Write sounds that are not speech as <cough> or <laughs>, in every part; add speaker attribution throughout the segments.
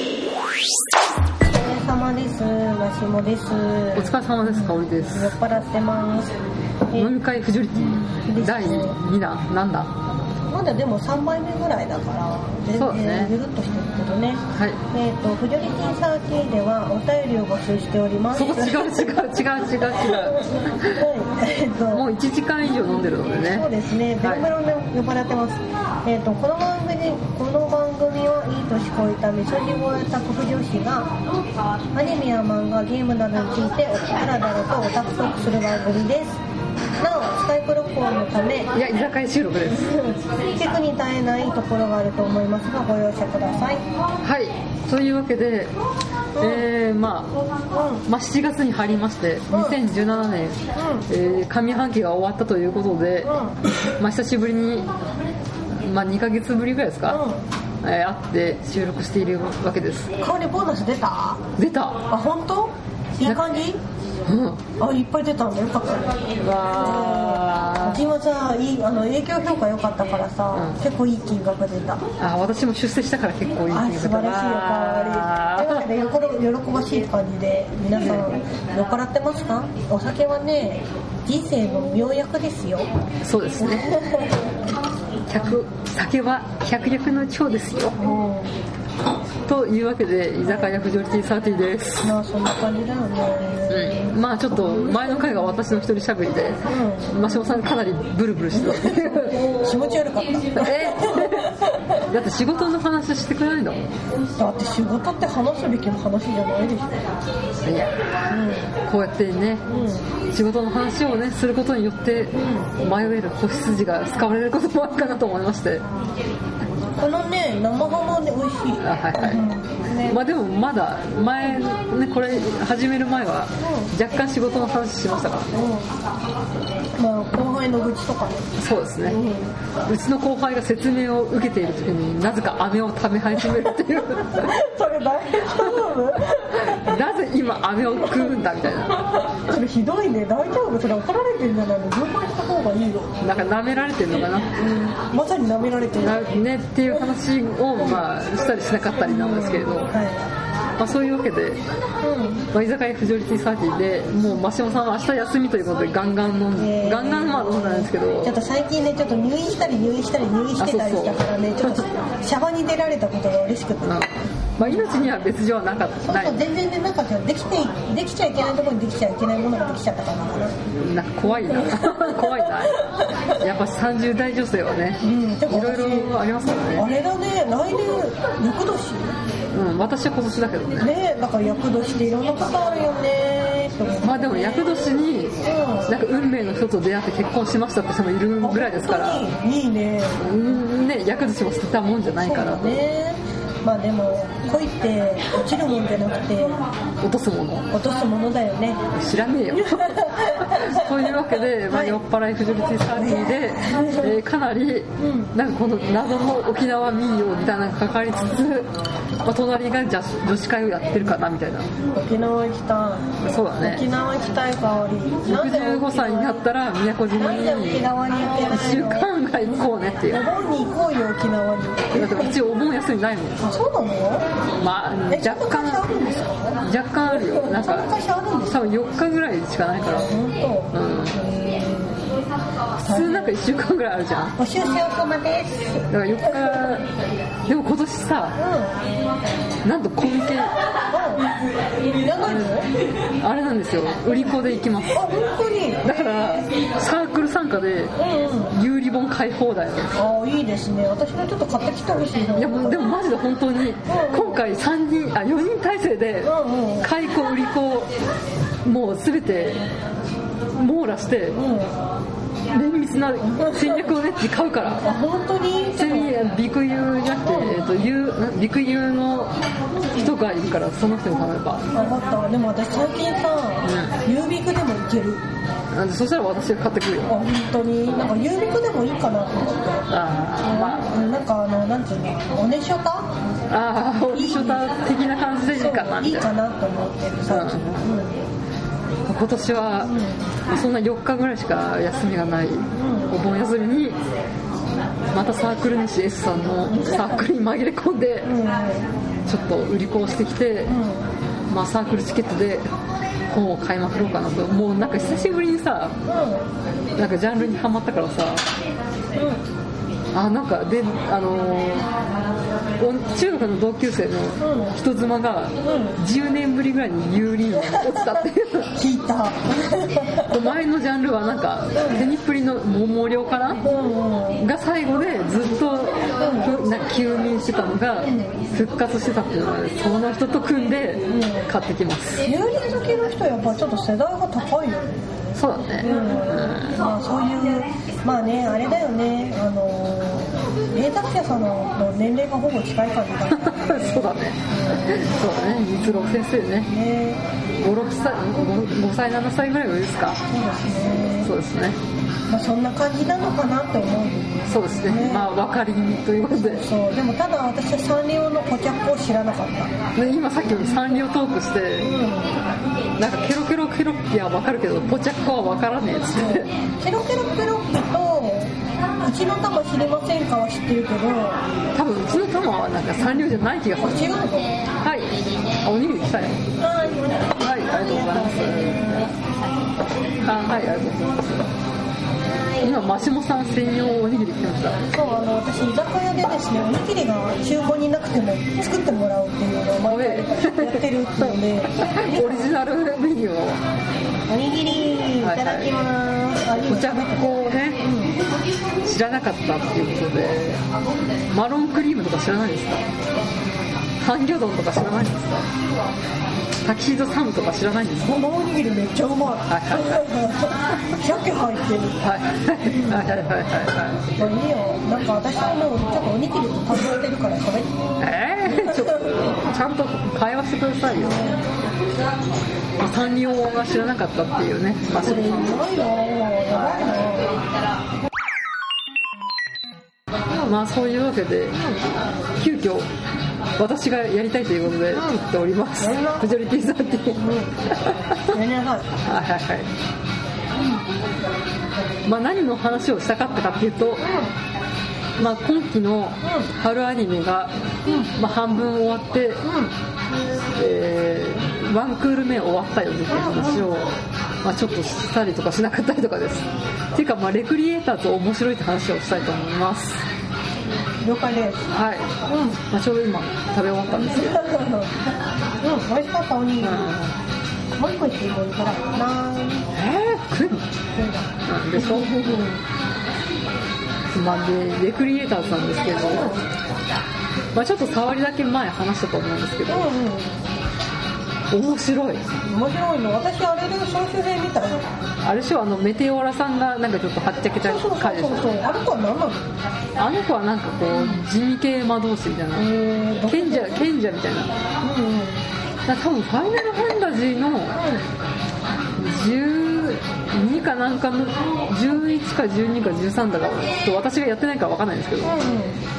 Speaker 1: お疲れ様です。マシモです。
Speaker 2: お疲れ様です、かおりで
Speaker 1: 酔
Speaker 2: す
Speaker 1: っ。払ってます。え
Speaker 2: 飲み会フジョリティ第2弾、なんだは
Speaker 1: まだでも3杯目ぐらいだから、全
Speaker 2: そうだね
Speaker 1: 然ゆるっとしてるけどね。
Speaker 2: い。
Speaker 1: えっ、と、フジョリティサーティーではお便りを募集しております。
Speaker 2: そこ違う違う違う違う
Speaker 1: はいえっと
Speaker 2: 違う。もう1時間以上飲んでるので
Speaker 1: そう
Speaker 2: ね。
Speaker 1: ですね、ベロベロで呼ばれてます。えっ、と、この番組、この番組はいい年こいたみそじ超えた国女子が、アニメや漫画、ゲームなどについて、ダラダラとオタクトークする番組です。なお、スカイプ録音のため、 <laughs>
Speaker 2: いや、居酒屋収録です。
Speaker 1: チェックに耐えないところがあると思いますが、ご容赦ください。
Speaker 2: はい。というわけで、えー、まあ、まあ、7月に入りまして、2017年、えー上半期が終わったということで、まあ、久しぶりに、まあ、2ヶ月ぶりぐらいですか、えー会って収録しているわけです。
Speaker 1: 香りボーナス出たあ、
Speaker 2: 出た <laughs>
Speaker 1: 本当いい感じ
Speaker 2: うん。
Speaker 1: あ、いっぱい出たんだよかった。
Speaker 2: わ
Speaker 1: うちもさいいあの影響評価良かったからさ、
Speaker 2: うん
Speaker 1: 結構いい金額出た
Speaker 2: あ私も出世したから結構いい
Speaker 1: あ
Speaker 2: って
Speaker 1: 素
Speaker 2: いう
Speaker 1: 晴
Speaker 2: こと
Speaker 1: らしいよ香りというわけで喜喜ばしい感じで皆さん酔っ払ってますかお酒はね人生の妙薬ですよ
Speaker 2: そうですね百酒は百薬の長ですよ
Speaker 1: も
Speaker 2: というわけで居酒屋フジョリティサーティです
Speaker 1: うまあそんな感じだよね
Speaker 2: うん、まあちょっと前の回が私の一人喋りで、マシオさんかなりブルブルして
Speaker 1: 気持ち悪かった <laughs>
Speaker 2: たえだって仕事の話してくれないんだもん
Speaker 1: だって仕事って話すべきの話じゃないでしょ
Speaker 2: いやこうやってね、仕事の話をねすることによって迷える子羊が使われることもあるかなと思いまして
Speaker 1: このね生ハムで美味しい
Speaker 2: あはいはい、まあでもまだ前ねこれ始める前は若干仕事の話しましたからね
Speaker 1: まあ後輩の愚痴とかね
Speaker 2: そうですね、うちの後輩が説明を受けている時になぜか飴を食べ始めるっていう
Speaker 1: <laughs>
Speaker 2: <laughs>
Speaker 1: それ大丈夫
Speaker 2: なぜ今飴を食うんだみたいな
Speaker 1: それひどいね大丈夫それ怒られてんじゃないの分配した方がいいよ
Speaker 2: なんか舐められてるのかな
Speaker 1: まさに舐められてるは
Speaker 2: なねっていう話をまあしたりしなかったりなんですけれど、ま
Speaker 1: い
Speaker 2: あ、そういうわけで、まあ、居酒屋フジョリティサーティーでもうマシモさんは明日休みということでガンガン飲ん
Speaker 1: え
Speaker 2: で
Speaker 1: ー
Speaker 2: ガンガンまあ飲んだんですけど
Speaker 1: ちょっと最近ねちょっと入院したり入院したり入院してたりしたからね
Speaker 2: あ
Speaker 1: ち
Speaker 2: そ
Speaker 1: ょ
Speaker 2: う
Speaker 1: っ
Speaker 2: そ
Speaker 1: と
Speaker 2: う
Speaker 1: シャバに出られたことが嬉しくて
Speaker 2: うんまあ、命には別状はなかっ
Speaker 1: そう
Speaker 2: な
Speaker 1: そう
Speaker 2: い
Speaker 1: 全然ねなんかじゃできてできちゃいけないところにできちゃいけないものができちゃったからな
Speaker 2: なんか怖い <laughs> な怖いなやっぱ30代女性はね、
Speaker 1: ん
Speaker 2: いろいろありますから
Speaker 1: あ
Speaker 2: ね、
Speaker 1: れだね来年厄年
Speaker 2: うん、私は今年だけどね
Speaker 1: ねだから厄年っていろんなことあるよねと思って
Speaker 2: まあでも厄年になんか運命の人と出会って結婚しましたって人もいるぐらいですから
Speaker 1: 本当にいいね
Speaker 2: うんね厄年も捨てたもんじゃない
Speaker 1: そう
Speaker 2: か
Speaker 1: だ
Speaker 2: ら
Speaker 1: ねまあでも恋って落ちるもんじゃなくて
Speaker 2: 落とすもの
Speaker 1: 落とすものだよね
Speaker 2: 知ら <laughs> ねえよというわけで、まあ、酔っ払いフジョリティサーティーで、えーかなりなんかこの謎の沖縄民謡みたいなのがかかりつつ、まあ、隣がじゃ女子会をやってるかなみたいな
Speaker 1: 沖縄行きた
Speaker 2: そうだ
Speaker 1: い沖
Speaker 2: ね
Speaker 1: 縄行きたい香りなんで
Speaker 2: 65歳になったら宮古島
Speaker 1: な
Speaker 2: に
Speaker 1: んで沖
Speaker 2: 1
Speaker 1: 縄に行けない
Speaker 2: 週
Speaker 1: の
Speaker 2: 間ぐらい行こうねっていう
Speaker 1: お盆に行こうよ沖縄に
Speaker 2: だってうちお盆休みないもん
Speaker 1: あそうなの
Speaker 2: まあ
Speaker 1: え
Speaker 2: 若干
Speaker 1: そんな会社あるんですか
Speaker 2: 若干あるよなんか
Speaker 1: そんな会社あるんです
Speaker 2: 多分4日ぐらいしかないから
Speaker 1: 本当
Speaker 2: うん普通なんか1週間ぐらいあるじゃん
Speaker 1: ご愁傷様です
Speaker 2: だから4日でも今年
Speaker 1: うん
Speaker 2: さ
Speaker 1: うん
Speaker 2: なんとコミケ
Speaker 1: いらないの
Speaker 2: あれなんですよ売り子で行きます
Speaker 1: あ本当に
Speaker 2: だからサークル参加で
Speaker 1: うんうん
Speaker 2: 有リボン買い放題
Speaker 1: あいいですね私もちょっと買ってきてほしいない
Speaker 2: やもうでもマジで本当に今回3人あ4人体制で
Speaker 1: うんうん
Speaker 2: 買い子売り子もう全て網羅して
Speaker 1: うん
Speaker 2: 綿密な戦略を練って買うから
Speaker 1: あ本当に
Speaker 2: ちなみにビクユーじゃなくて、えっと、ユーんビクユーの人がいるからその人に頼めば
Speaker 1: 分かったでも私最近さ、郵便局でも行ける
Speaker 2: なんでそしたら私が買ってくる
Speaker 1: あ
Speaker 2: よ
Speaker 1: 本当になんか郵便局でもいいかなと思って
Speaker 2: ああまあ
Speaker 1: なんかあのなんつうのおねしょた
Speaker 2: ああ、オーディション的な感じでいいかなみ
Speaker 1: いい
Speaker 2: たい
Speaker 1: か
Speaker 2: な。
Speaker 1: なと思ってる
Speaker 2: う
Speaker 1: さ、う
Speaker 2: ん
Speaker 1: ん
Speaker 2: こ今年は、まあそんな4日ぐらいしか休みがないお盆休みにまたサークル主 S さんのサークルに紛れ込んで
Speaker 1: うん
Speaker 2: ちょっと売り子をしてきて、
Speaker 1: うん
Speaker 2: まあ、サークルチケットで本を買いまくろうかなともうなんか久しぶりにさなんかジャンルにはまったからさあなんかであのーお中学の同級生の人妻が10年ぶりぐらいにユーリーンに落ちたっていう
Speaker 1: 聞いた
Speaker 2: 前のジャンルはなんか手にプリの桃量かな
Speaker 1: うんうん
Speaker 2: が最後でずっとふなんか休眠してたのが復活してたっていうのでその人と組んで買ってきます
Speaker 1: 有利好きの人やっぱちょっと世代が高いよね
Speaker 2: そうだね
Speaker 1: まあ、そういうまあねあれだよねあのー麗澤者さんの年齢がほぼ近い感じだ
Speaker 2: <laughs> そうだね。そうだね。三郎先生ね。
Speaker 1: ね
Speaker 2: 五六歳、五五歳七歳ぐらいがいいですか。
Speaker 1: そうですね
Speaker 2: そうですね。
Speaker 1: まあそんな感じなのかなって思う
Speaker 2: そうですね。まあ分かりにということで、ね
Speaker 1: そうでもただ私はサンリオのコチャップを知らなかった
Speaker 2: 今さっきサンリオトークして、なんかケロケロケロッピは分かるけど、ポチャッコは分からねえっつって。
Speaker 1: ケロケロケロッピとうちの玉知りませんかは知ってるけどあ
Speaker 2: 多分うちの玉はなんかサンリオじゃない気がする。
Speaker 1: 違うの
Speaker 2: はい。あおにぎり来たよ。
Speaker 1: はい
Speaker 2: はい、ありがとうございます。あ、はい、ありがとうございます。今マシモさん専用おにぎり来ま <laughs> した。
Speaker 1: そうあの私居酒屋でですねおにぎりが厨房になくても作ってもらうっていうのを毎回やってるので
Speaker 2: オリジナルメニューを
Speaker 1: おにぎりいただきます、あ
Speaker 2: お茶っ子をね知らなかったっていうことでマロンクリームとか知らないですか半魚丼とか知らないですかタキシードサムとか知らないんですか
Speaker 1: このおにぎりめっちゃうまい
Speaker 2: はいはい
Speaker 1: 鮭入ってる
Speaker 2: はいはいはいはいは
Speaker 1: まあいいよなんか私はもうちょっとおにぎり数えてるから食べて
Speaker 2: いえー、ちょっとちゃんと会話してくださいよまあサンリオが知らなかったっていうね、まあ、そ
Speaker 1: こ
Speaker 2: れ
Speaker 1: れやばいなやばいな
Speaker 2: まあそういうわけで、急遽私がやりたいということで作っております、
Speaker 1: やります
Speaker 2: フジョリティサーティーン
Speaker 1: やりなさい
Speaker 2: はいはいはいまあ何の話をしたかったかっていうと、まあ、今期の春アニメが、まあ、半分終わって、えーワンクール目終わったよねっていう話を、まあ、ちょっとしたりとかしなかったりとかですっていうか、まあ、レクリエーターと面白いって話をしたいと思います
Speaker 1: 了解です
Speaker 2: はい、まあ、ちょうど今食べ終わった
Speaker 1: <laughs>
Speaker 2: んですけど、
Speaker 1: うん美味しかったおにぎりもう一個いってもいいからな
Speaker 2: えー、くなんでしょまあ、でレクリエイターズなんですけど、まあ、ちょっと触りだけ前話したと思うんですけど
Speaker 1: う
Speaker 2: 面白い
Speaker 1: んうん面白いの私あれで総集編みたいな
Speaker 2: あれでしょあのメテオラさんがなんかちょっとはっちゃけちゃ
Speaker 1: そううそうそう
Speaker 2: 回でし
Speaker 1: そうそう
Speaker 2: ょ
Speaker 1: あれとは何なの
Speaker 2: あの子はなんかこう地味系魔導士みたいな
Speaker 1: えーど
Speaker 2: 賢者賢者みたいな
Speaker 1: うんうん
Speaker 2: なんか多分ファイナルファンタジーの12かなんかの11か12か13だかちょっと私がやってないから分かんないんですけ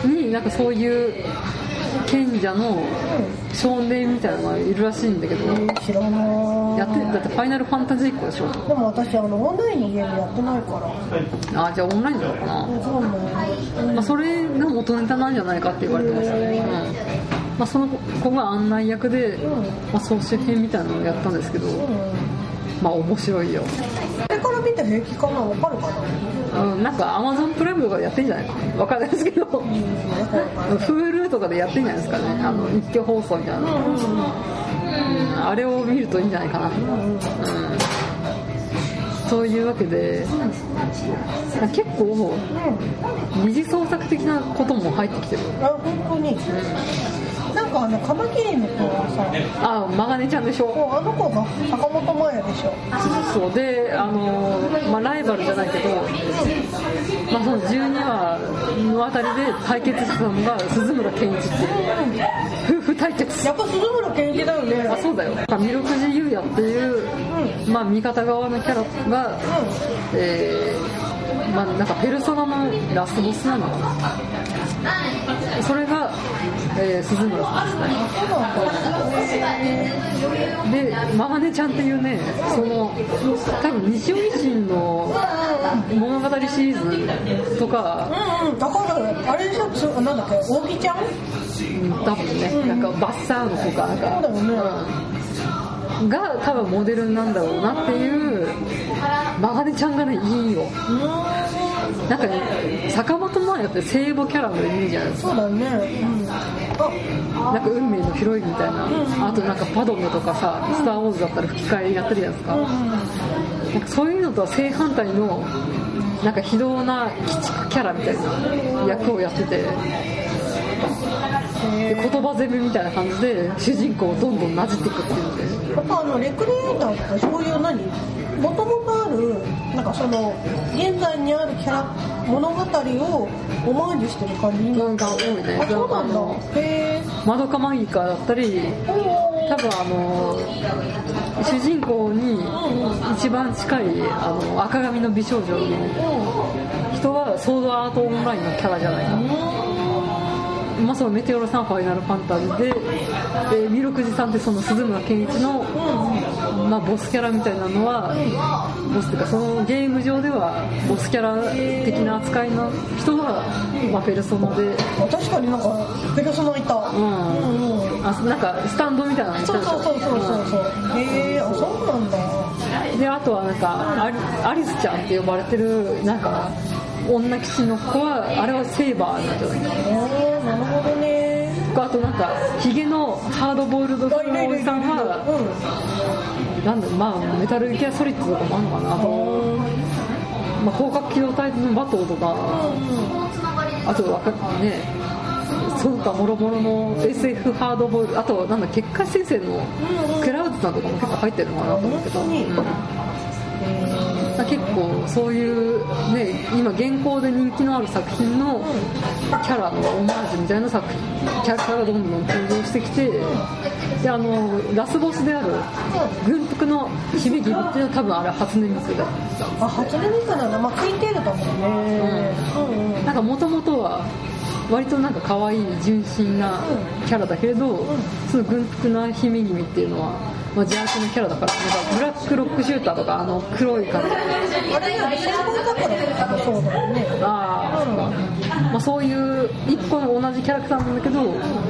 Speaker 2: どになんかそういう賢者の少年みたいなのがいるらしいんだけど
Speaker 1: うんうん知らない
Speaker 2: やってだってファイナルファンタジー以降でしょ
Speaker 1: でも私あのオンラインに家でやってないから
Speaker 2: あーじゃあオンラインなのかな、
Speaker 1: わかんない
Speaker 2: まあ、それが元ネタなんじゃないかって言われてましたね、うんまあ、その子が案内役で、まあ、総集編みたいなのをやったんですけど
Speaker 1: うん
Speaker 2: まあ面白いよ、
Speaker 1: これから見て平気かなわかるかな
Speaker 2: うん、なんかアマゾンプライムとかでやってんじゃないかわかんないですけど
Speaker 1: よくわかんない
Speaker 2: Hulu とかでやってんじゃないですかねあの一挙放送みたいなの、うんあれを見るといいんじゃないかな、うんそういうわけで、結構二次創作的なことも入ってきてる
Speaker 1: あ本当になんかあのカマキリの子がさ
Speaker 2: あマガネちゃんでしょ
Speaker 1: もうあの子が坂本真綾でしょ
Speaker 2: そうそうであの、まあ、ライバルじゃないけど、まあ、その12話のあたりで対決してたのが鈴村健一っていう夫婦対決
Speaker 1: やっぱ鈴村健一だよ
Speaker 2: あ
Speaker 1: ね
Speaker 2: そうだよ弥勒寺優也っていう、まあ、味方側のキャラが、えーまあ、なんかペルソナのラスボスなのそれが、えー、鈴村さんですねでマガネちゃんっていうねその多分西尾維新の物語シリーズとか、
Speaker 1: うんうん、だから、あれでしょ、つなんだっけ、大木ちゃん
Speaker 2: うん、多分ね、
Speaker 1: うん
Speaker 2: なんかバッサーノとかなんか
Speaker 1: そうだよね
Speaker 2: うんが多分モデルなんだろうなっていうマガネちゃんがねいいよなんかね坂本真綾って聖母キャラのイメージあるんです
Speaker 1: そうだね。うん。あ、
Speaker 2: なんか運命のヒロインみたいなあとなんかパドムとかさ「スター・ウォーズ」だったら吹き替えやってるじゃないですか
Speaker 1: う
Speaker 2: なんかそういうのとは正反対のなんか非道な鬼畜キャラみたいな役をやってて
Speaker 1: ん。
Speaker 2: で
Speaker 1: え
Speaker 2: 言葉攻めみたいな感じで主人公をどんどんなじっていくっていうので
Speaker 1: ー、やっぱあの、レクリエイターってそういう何もともとある、なんかその、現在にあるキャラ、物語をオマージュしてる感じ
Speaker 2: なんか多いね
Speaker 1: あ、そうなんだ。へー。
Speaker 2: マドカマギカだったり多分あの主人公に一番近いあの赤髪の美少女の人はソードアートオンラインのキャラじゃないかな、まあ、そのメテオロさんファイナルファンタジーで、えー、弥勒寺さんってその鈴村健一の、まあ、ボスキャラみたいなのはボスっていうかそのゲーム上ではボスキャラ的な扱いの人が、まあ、ペルソナで。
Speaker 1: あ確かになんか、ペルソナいた。う
Speaker 2: うん
Speaker 1: うん。
Speaker 2: あなんかスタンドみたいなのに
Speaker 1: そうそうそうそうそうそう。へー、あ、そうなんだ。
Speaker 2: であとはなんかアリアリスちゃんって呼ばれてるなんか女騎士の子はあれはセーバーなんじゃないか
Speaker 1: へー、なるほどね。
Speaker 2: なあとなんかヒゲのハードボイルド風のおじさんは
Speaker 1: うん。
Speaker 2: なんだまあメタルギアソリッドとかもあるのかなあと、まあ、広角機動隊のバトルとかあとわかねその他もろもろの SF ハードボイルあとなんだ結界先生のクラウズなとかも結構入ってるのかなと思ってた、
Speaker 1: 本当に
Speaker 2: うんまあ結構そういうね今現行で人気のある作品のキャラのオマージュみたいな作品キャラキャラがどんどん登場してきてであのラスボスである軍服の姫君っていうのは多分あれ初音ミクだ
Speaker 1: あ、初音ミクなんだ。まあ、ついてるかもね。うんうん。
Speaker 2: なんかもともとは割となんか可愛い純真なキャラだけれどその軍服な姫君っていうのは、まあ、邪悪なキャラだからなんかブラックロックシューターとかあの黒い感じ
Speaker 1: あれより先輩だからとかそうだよね。
Speaker 2: ああ、そっかまあ、そういう一個の同じキャラクターなんだけど、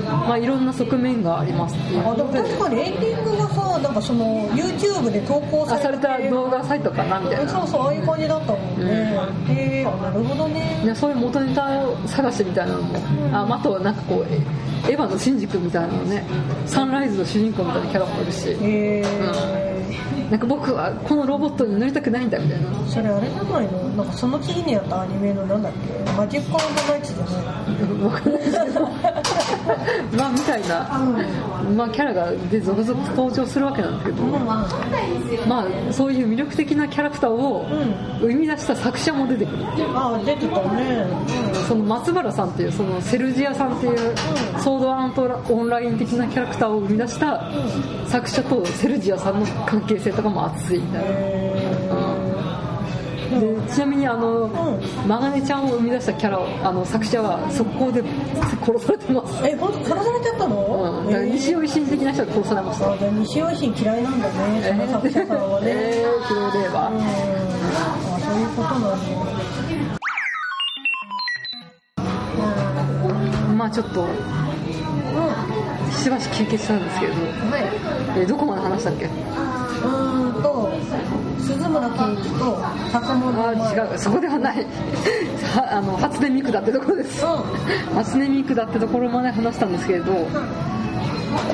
Speaker 2: まあ、いろんな側面がありますっていう
Speaker 1: あ、でも確かにエンディングがさ、なんかその YouTube で投稿
Speaker 2: あ
Speaker 1: さ
Speaker 2: され
Speaker 1: れた
Speaker 2: た動画サイトかなみたいな
Speaker 1: そうそう、ああいう感じだったもんね。へえ、あなるほどね。
Speaker 2: ねそういう元ネタを探してみたいなのも、あまああとはなんかこうえエヴァのシンジ君みたいなのねサンライズの主人公みたいなキャラもいるし
Speaker 1: へえ、
Speaker 2: なんか僕はこのロボットに乗りたくないんだみたいな <laughs>
Speaker 1: それあれじゃないのなんかその次にやったアニメのなんだっけマジックナイツじゃない
Speaker 2: わかんないけどまあみたいな、まあ、キャラがで続々登場するわけなんですけど、まあ、そういう魅力的なキャラクターを生み出した作者も出てくる
Speaker 1: あ出てたね。
Speaker 2: その松原さんっていうそのセルジアさんっていうソードアートオンライン的なキャラクターを生み出した作者とセルジアさんの関係性とかも熱いみたいな。でちなみにあの、マガネちゃんを生み出したキャラをあの作者は速攻で殺されてます
Speaker 1: え、本当殺されちゃったの
Speaker 2: うん、だから西尾維新的な人が殺されました。
Speaker 1: あじゃあ西尾維新嫌いなんだ
Speaker 2: <laughs>
Speaker 1: ね、その作者さんはね。
Speaker 2: えー、キロレーバ
Speaker 1: うん、あそういうことなんだ。
Speaker 2: ー。まあちょっと、
Speaker 1: うん、
Speaker 2: しばし休憩したんですけれど、
Speaker 1: はい。
Speaker 2: えーどこまで話したっけ
Speaker 1: うーんと、鈴村健一と坂本
Speaker 2: あ
Speaker 1: 真綾
Speaker 2: ー違う、そこではない。 <laughs> はあの、初音ミクだってところです。初音ミクだってところまで話したんですけれど、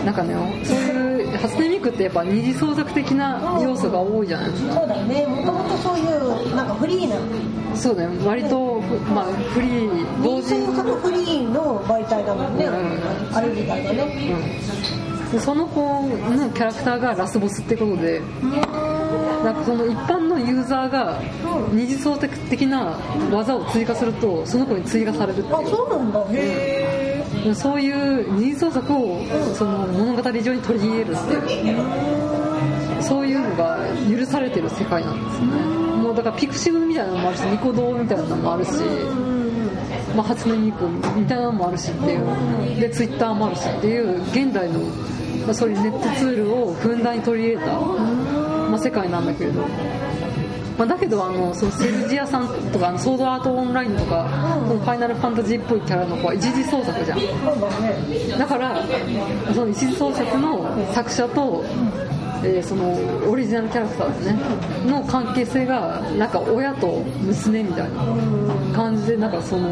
Speaker 2: なんかね、そういう、初音ミクってやっぱ二次創作的な要素が多いじゃないですか。
Speaker 1: そうだね、もともとそういう、なんかフリーな、
Speaker 2: そうだよ、割と、ふまあ、フリー、同
Speaker 1: 同
Speaker 2: 時
Speaker 1: 性作フリーの媒体だもんね、
Speaker 2: うん
Speaker 1: あれみたいなね。
Speaker 2: でその子のキャラクターがラスボスってことでなんかその一般のユーザーが二次創作的な技を追加するとその子に追加されるって
Speaker 1: あ、
Speaker 2: い
Speaker 1: そうなんだ、へー。
Speaker 2: うそういう二次創作をその物語上に取り入れるっていうそういうのが許されてる世界なんですねもうだからピクシブみたいなのもあるしニコ動みたいなのもあるし、まあ、初音ミクみたいなのもあるしっていうでツイッターもあるしっていう現代の、まあ、そういうネットツールをふんだんに取り入れた、まあ、世界なんだけれど。まあ、だけどあのそのセルジアさんとかあのソードアートオンラインとか、そのファイナルファンタジーっぽいキャラの子は一次創作じゃん
Speaker 1: そうだね
Speaker 2: だからその一次創作の作者と、えーそのオリジナルキャラクターですねの関係性がなんか親と娘みたいな感じでなんかその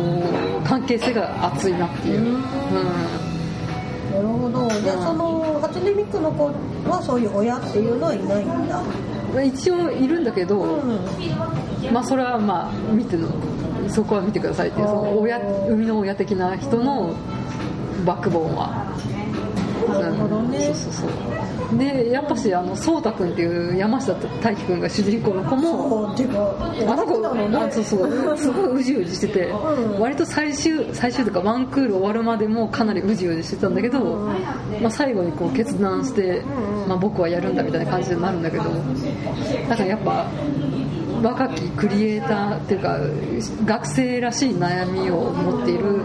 Speaker 2: 関係性が熱いなっていう、うん、
Speaker 1: なるほどでその初音ミクの子はそういう親っていうのはいないんだ
Speaker 2: まあ一応いるんだけど、
Speaker 1: うん
Speaker 2: まあ、それはまあ見てのそこは見てくださいっていうその親生みの親的な人のバックボーンは。
Speaker 1: なるほどね
Speaker 2: うんそうそうそうでやっぱしあの颯太君っていう山下大輝君が主人公の子も
Speaker 1: そうていうか
Speaker 2: あの子
Speaker 1: なのね
Speaker 2: あそうそうすごいうじうじしてて
Speaker 1: うん
Speaker 2: 割と最終最終というかワンクール終わるまでもかなりうじうじしてたんだけど、
Speaker 1: うん
Speaker 2: まあ、最後にこう決断して、まあ、僕はやるんだみたいな感じになるんだけどだからやっぱ若きクリエイターっていうか学生らしい悩みを持っている。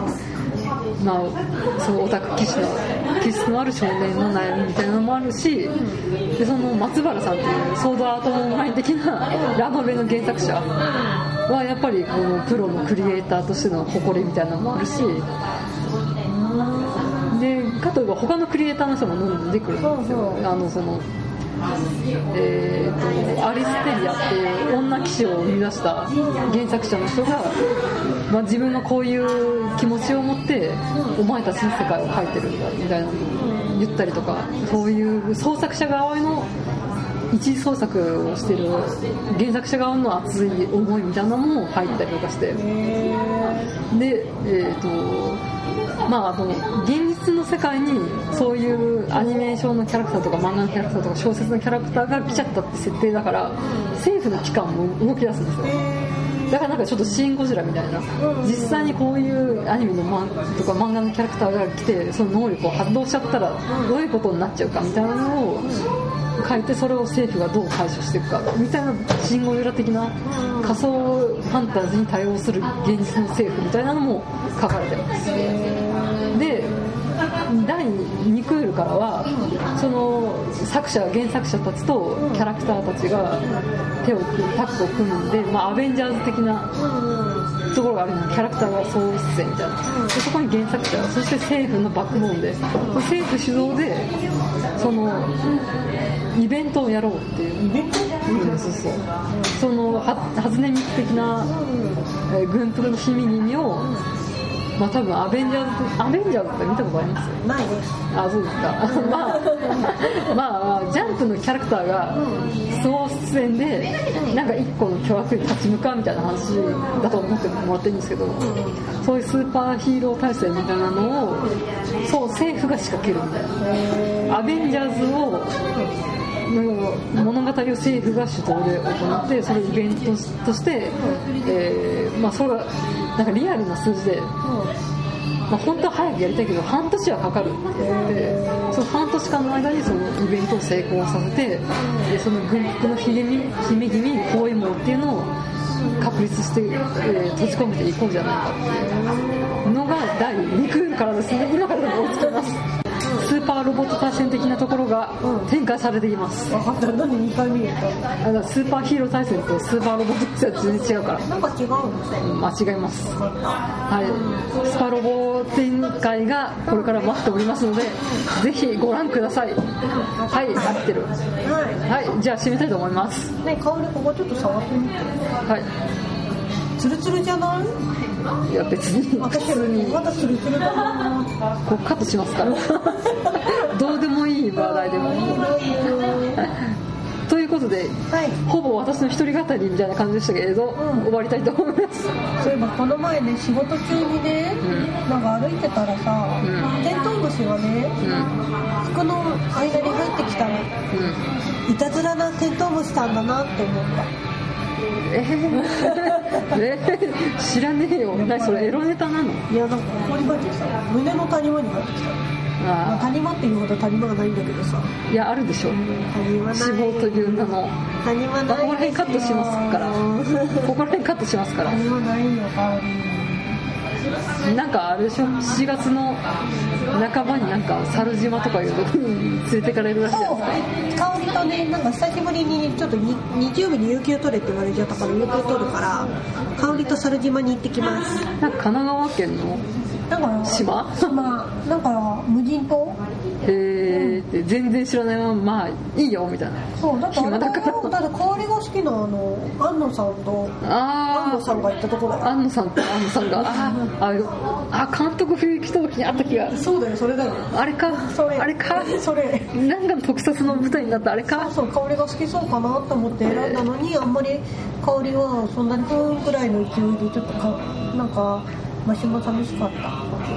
Speaker 2: まあ、そのオタク気質の気質のある少年の悩みみたいなのもあるし、でその松原さんっていうソードアートオンライン的なラノベの原作者はやっぱりこのプロのクリエイターとしての誇りみたいなのもあるしでかといえば他のクリエイターの人もどんどん出てくるんですよ
Speaker 1: そうそう
Speaker 2: あのそのえーとアリステリアっていう女騎士を生み出した原作者の人が、まあ、自分のこういう気持ちを持ってお前たちの世界を描いてるんだみたいなのを言ったりとかそういう創作者側の一次創作をしてる原作者側の熱い思いみたいなのも入ったりとかして。で、えーとまあ、あの現実の世界にそういうアニメーションのキャラクターとか漫画のキャラクターとか小説のキャラクターが来ちゃったって設定だから政府の機関も動き出すんですよだからなんかちょっと「シン・ゴジラ」みたいな実際にこういうアニメのマンとか漫画のキャラクターが来てその能力を発動しちゃったらどういうことになっちゃうかみたいなのを書いてそれを政府がどう対処していくかみたいな「シン・ゴジラ」的な仮想ファンタジーに対応する現実の政府みたいなのも書かれてますで第2クールからはその作者原作者たちとキャラクターたちが手を組むタッグを組んで、まあ、アベンジャーズ的なところがあるのにキャラクターが総出演みたいなでそこに原作者そして政府のバックボーンで政府主導でそのイベントをやろうっていううんそうそうそのは初音ミク的な、えー軍服の市民耳を、まあ、多分アベンジャーズアベンジャーズって見たことあります
Speaker 1: ないです
Speaker 2: あそうですかまあまあジャンプのキャラクターが総出演でなんか一個の巨悪に立ち向かうみたいな話だと思ってもらってるんですけどそういうスーパーヒーロー体制みたいなのをそう政府が仕掛けるみたいなアベンジャーズをの物語を政府が主導で行ってそれをイベントとして、えーまあ、それはなんかリアルな数字でまあ、本当は早くやりたいけど半年はかかるって言ってその半年間の間にそのイベントを成功させてでその軍服の姫君姫君包囲網っていうのを確立して、えー閉じ込めていこうじゃないかっていうのが第2クールからですね今からでも追いつきますスーパーロボット対戦的なところが展開されています
Speaker 1: 分かった何2回見えた
Speaker 2: あだからスーパーヒーロー対戦とスーパーロボット対戦は全然違うから
Speaker 1: なんか違うんですね
Speaker 2: 間違います、はい、スパロボ展開がこれから待っておりますのでぜひご覧くださいはい合ってる
Speaker 1: は
Speaker 2: はいじゃあ締めたいと思います
Speaker 1: いねカオルここちょっと触ってみて
Speaker 2: はい
Speaker 1: ツルツルじゃない
Speaker 2: いや別に普
Speaker 1: 私
Speaker 2: 通に
Speaker 1: まだツルツルだな
Speaker 2: こうカットしますからどうでもいい話題でもということで
Speaker 1: はい
Speaker 2: ほぼ私の一人語りみたいな感じでしたけれど、
Speaker 1: ん
Speaker 2: 終わりたいと思います
Speaker 1: そういえばこの前ね仕事中にね、なんか歩いてたらさ、
Speaker 2: うん
Speaker 1: テントウムシがね
Speaker 2: うん
Speaker 1: 服の間に入ってきたらい
Speaker 2: うん
Speaker 1: たずらなテントウムシさんだなって思った
Speaker 2: えーえー知らねえよ何それエロネタなの
Speaker 1: いやなんか怒りまでさ胸の谷間に入ってきたまあ、
Speaker 2: あ
Speaker 1: 谷間っていうほど谷間はないんだけどさ
Speaker 2: ーいやあるでしょ
Speaker 1: 谷間ない
Speaker 2: 脂肪という名の
Speaker 1: 谷間な
Speaker 2: こ
Speaker 1: い
Speaker 2: こら辺カットしますからここら辺カットしますから
Speaker 1: 谷間ないよカオリ
Speaker 2: なんかあれでしょ7月の半ばになんか猿島とかいうとこに連れてかれるらしいじゃないですか
Speaker 1: そう香りとねなんか久しぶりにちょっとに日曜日に有給取れって言われちゃったから有給取るから香りと猿島に行ってきます
Speaker 2: なんか神奈川県の
Speaker 1: だから
Speaker 2: 島
Speaker 1: 島だから無人島
Speaker 2: えーって全然知らないまままあいいよみたいな
Speaker 1: そうだってあれ
Speaker 2: 暇だから
Speaker 1: だって香りが好きなあの安野さんと安
Speaker 2: あ
Speaker 1: 野さんが行ったところだよ
Speaker 2: 安野さんと安野さん <laughs> があああ監督不意来た時にあった気が
Speaker 1: そうだよそれだよ
Speaker 2: あれか
Speaker 1: それ
Speaker 2: あれか
Speaker 1: それ
Speaker 2: なんかの特撮の舞台になったあれか
Speaker 1: そう香りが好きそうかなと思って選んだのにあんまり香りはそんなにふーんくらいの勢いでちょっとかなんかマシも寂しかった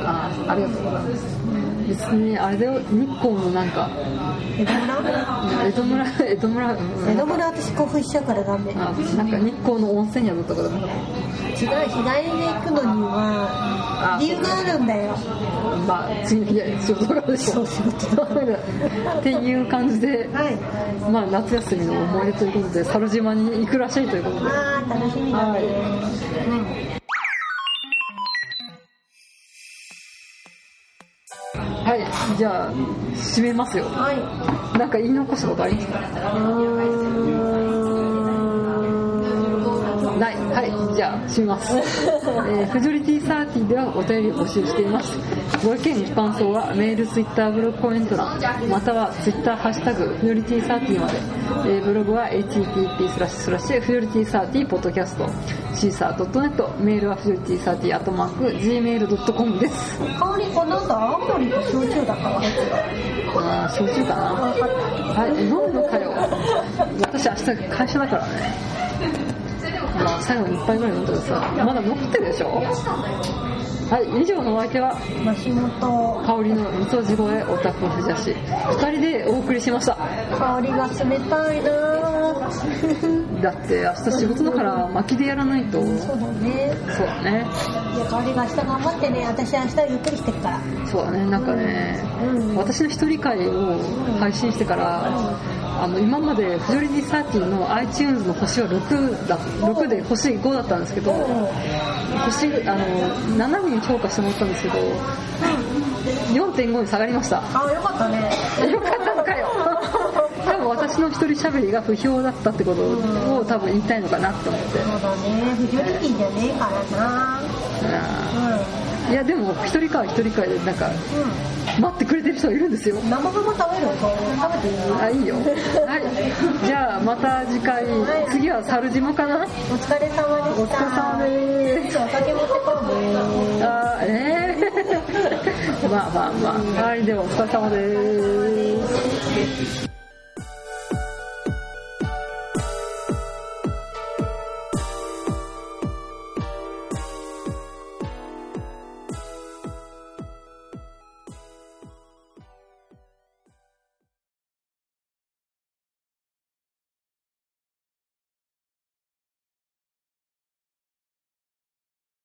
Speaker 2: あありがとうございます別にあれだよ日光のなんか
Speaker 1: 江戸村
Speaker 2: 江戸村江戸村うん
Speaker 1: 江戸村私興奮しちゃうからダメ違う
Speaker 2: あなんか日光の温泉宿とかでも
Speaker 1: 日帰りで行くのには
Speaker 2: あ
Speaker 1: 理由があるんだよ
Speaker 2: まあ次の日は仕事があるでしょ
Speaker 1: そう仕事
Speaker 2: っていう感じで
Speaker 1: はい
Speaker 2: まあ夏休みの思い出ということで猿島に行くらしいということで
Speaker 1: あー楽しみだね、
Speaker 2: はいじゃあ締めますよ
Speaker 1: うんはい
Speaker 2: なんか言い残したことありますかないはいじゃあ締めます、えー、フジョリティサーティではお便りを募集していますご意見ご感想はメールツイッターブログコメント欄またはツイッターハッシュタグフジョリティサーティまで、えーブログは http スラッシュスラッシュフジョリティサーティポッドキャストシーサー .net メールはフジョリティサーティアットマーク gmail.com です
Speaker 1: 香りこの後青森と焼酎だから
Speaker 2: あー焼酎かな
Speaker 1: 分かった
Speaker 2: はい、飲むのかよ。私明日会社だからね。まあ、最後に一杯ぐらい飲んだらさ、まだ残ってるでしょはい、以上のお相手は、
Speaker 1: マシモと
Speaker 2: 香りのみそ地声オタクふじゃし、二人でお送りしました。
Speaker 1: 香りが冷たいなー
Speaker 2: だって明日仕事だから巻きでやらないと、そ
Speaker 1: そううだね
Speaker 2: だね。
Speaker 1: いや香りが明日頑張ってね私明日ゆっくりしてるから
Speaker 2: そうだね、なんかね、
Speaker 1: うん
Speaker 2: 私の一人会を配信してから、あの今までフジョリティサーティの iTunes の星は6だ6で星5だったんですけど、星あの7に評価してもらったんですけど4.5に下がりました
Speaker 1: あよかったね
Speaker 2: よかったのかよ多分私の一人喋りが不評だったってことを多分言いたいのかなと思って
Speaker 1: そうだねフジョリティじゃねえからな
Speaker 2: う
Speaker 1: うん
Speaker 2: いやでも一人会は一人会でなんか
Speaker 1: ん
Speaker 2: 待ってくれてる人がいるんですよ
Speaker 1: 生ハム食べる食べていい
Speaker 2: あいいよはいじゃあまた次回次は猿島かな
Speaker 1: <laughs> お疲れ様で
Speaker 2: お
Speaker 1: した
Speaker 2: 疲れ様で
Speaker 1: す
Speaker 2: す
Speaker 1: お酒持ってこうね
Speaker 2: あーえ <laughs> ー、まあまあまあはいではお疲れ様です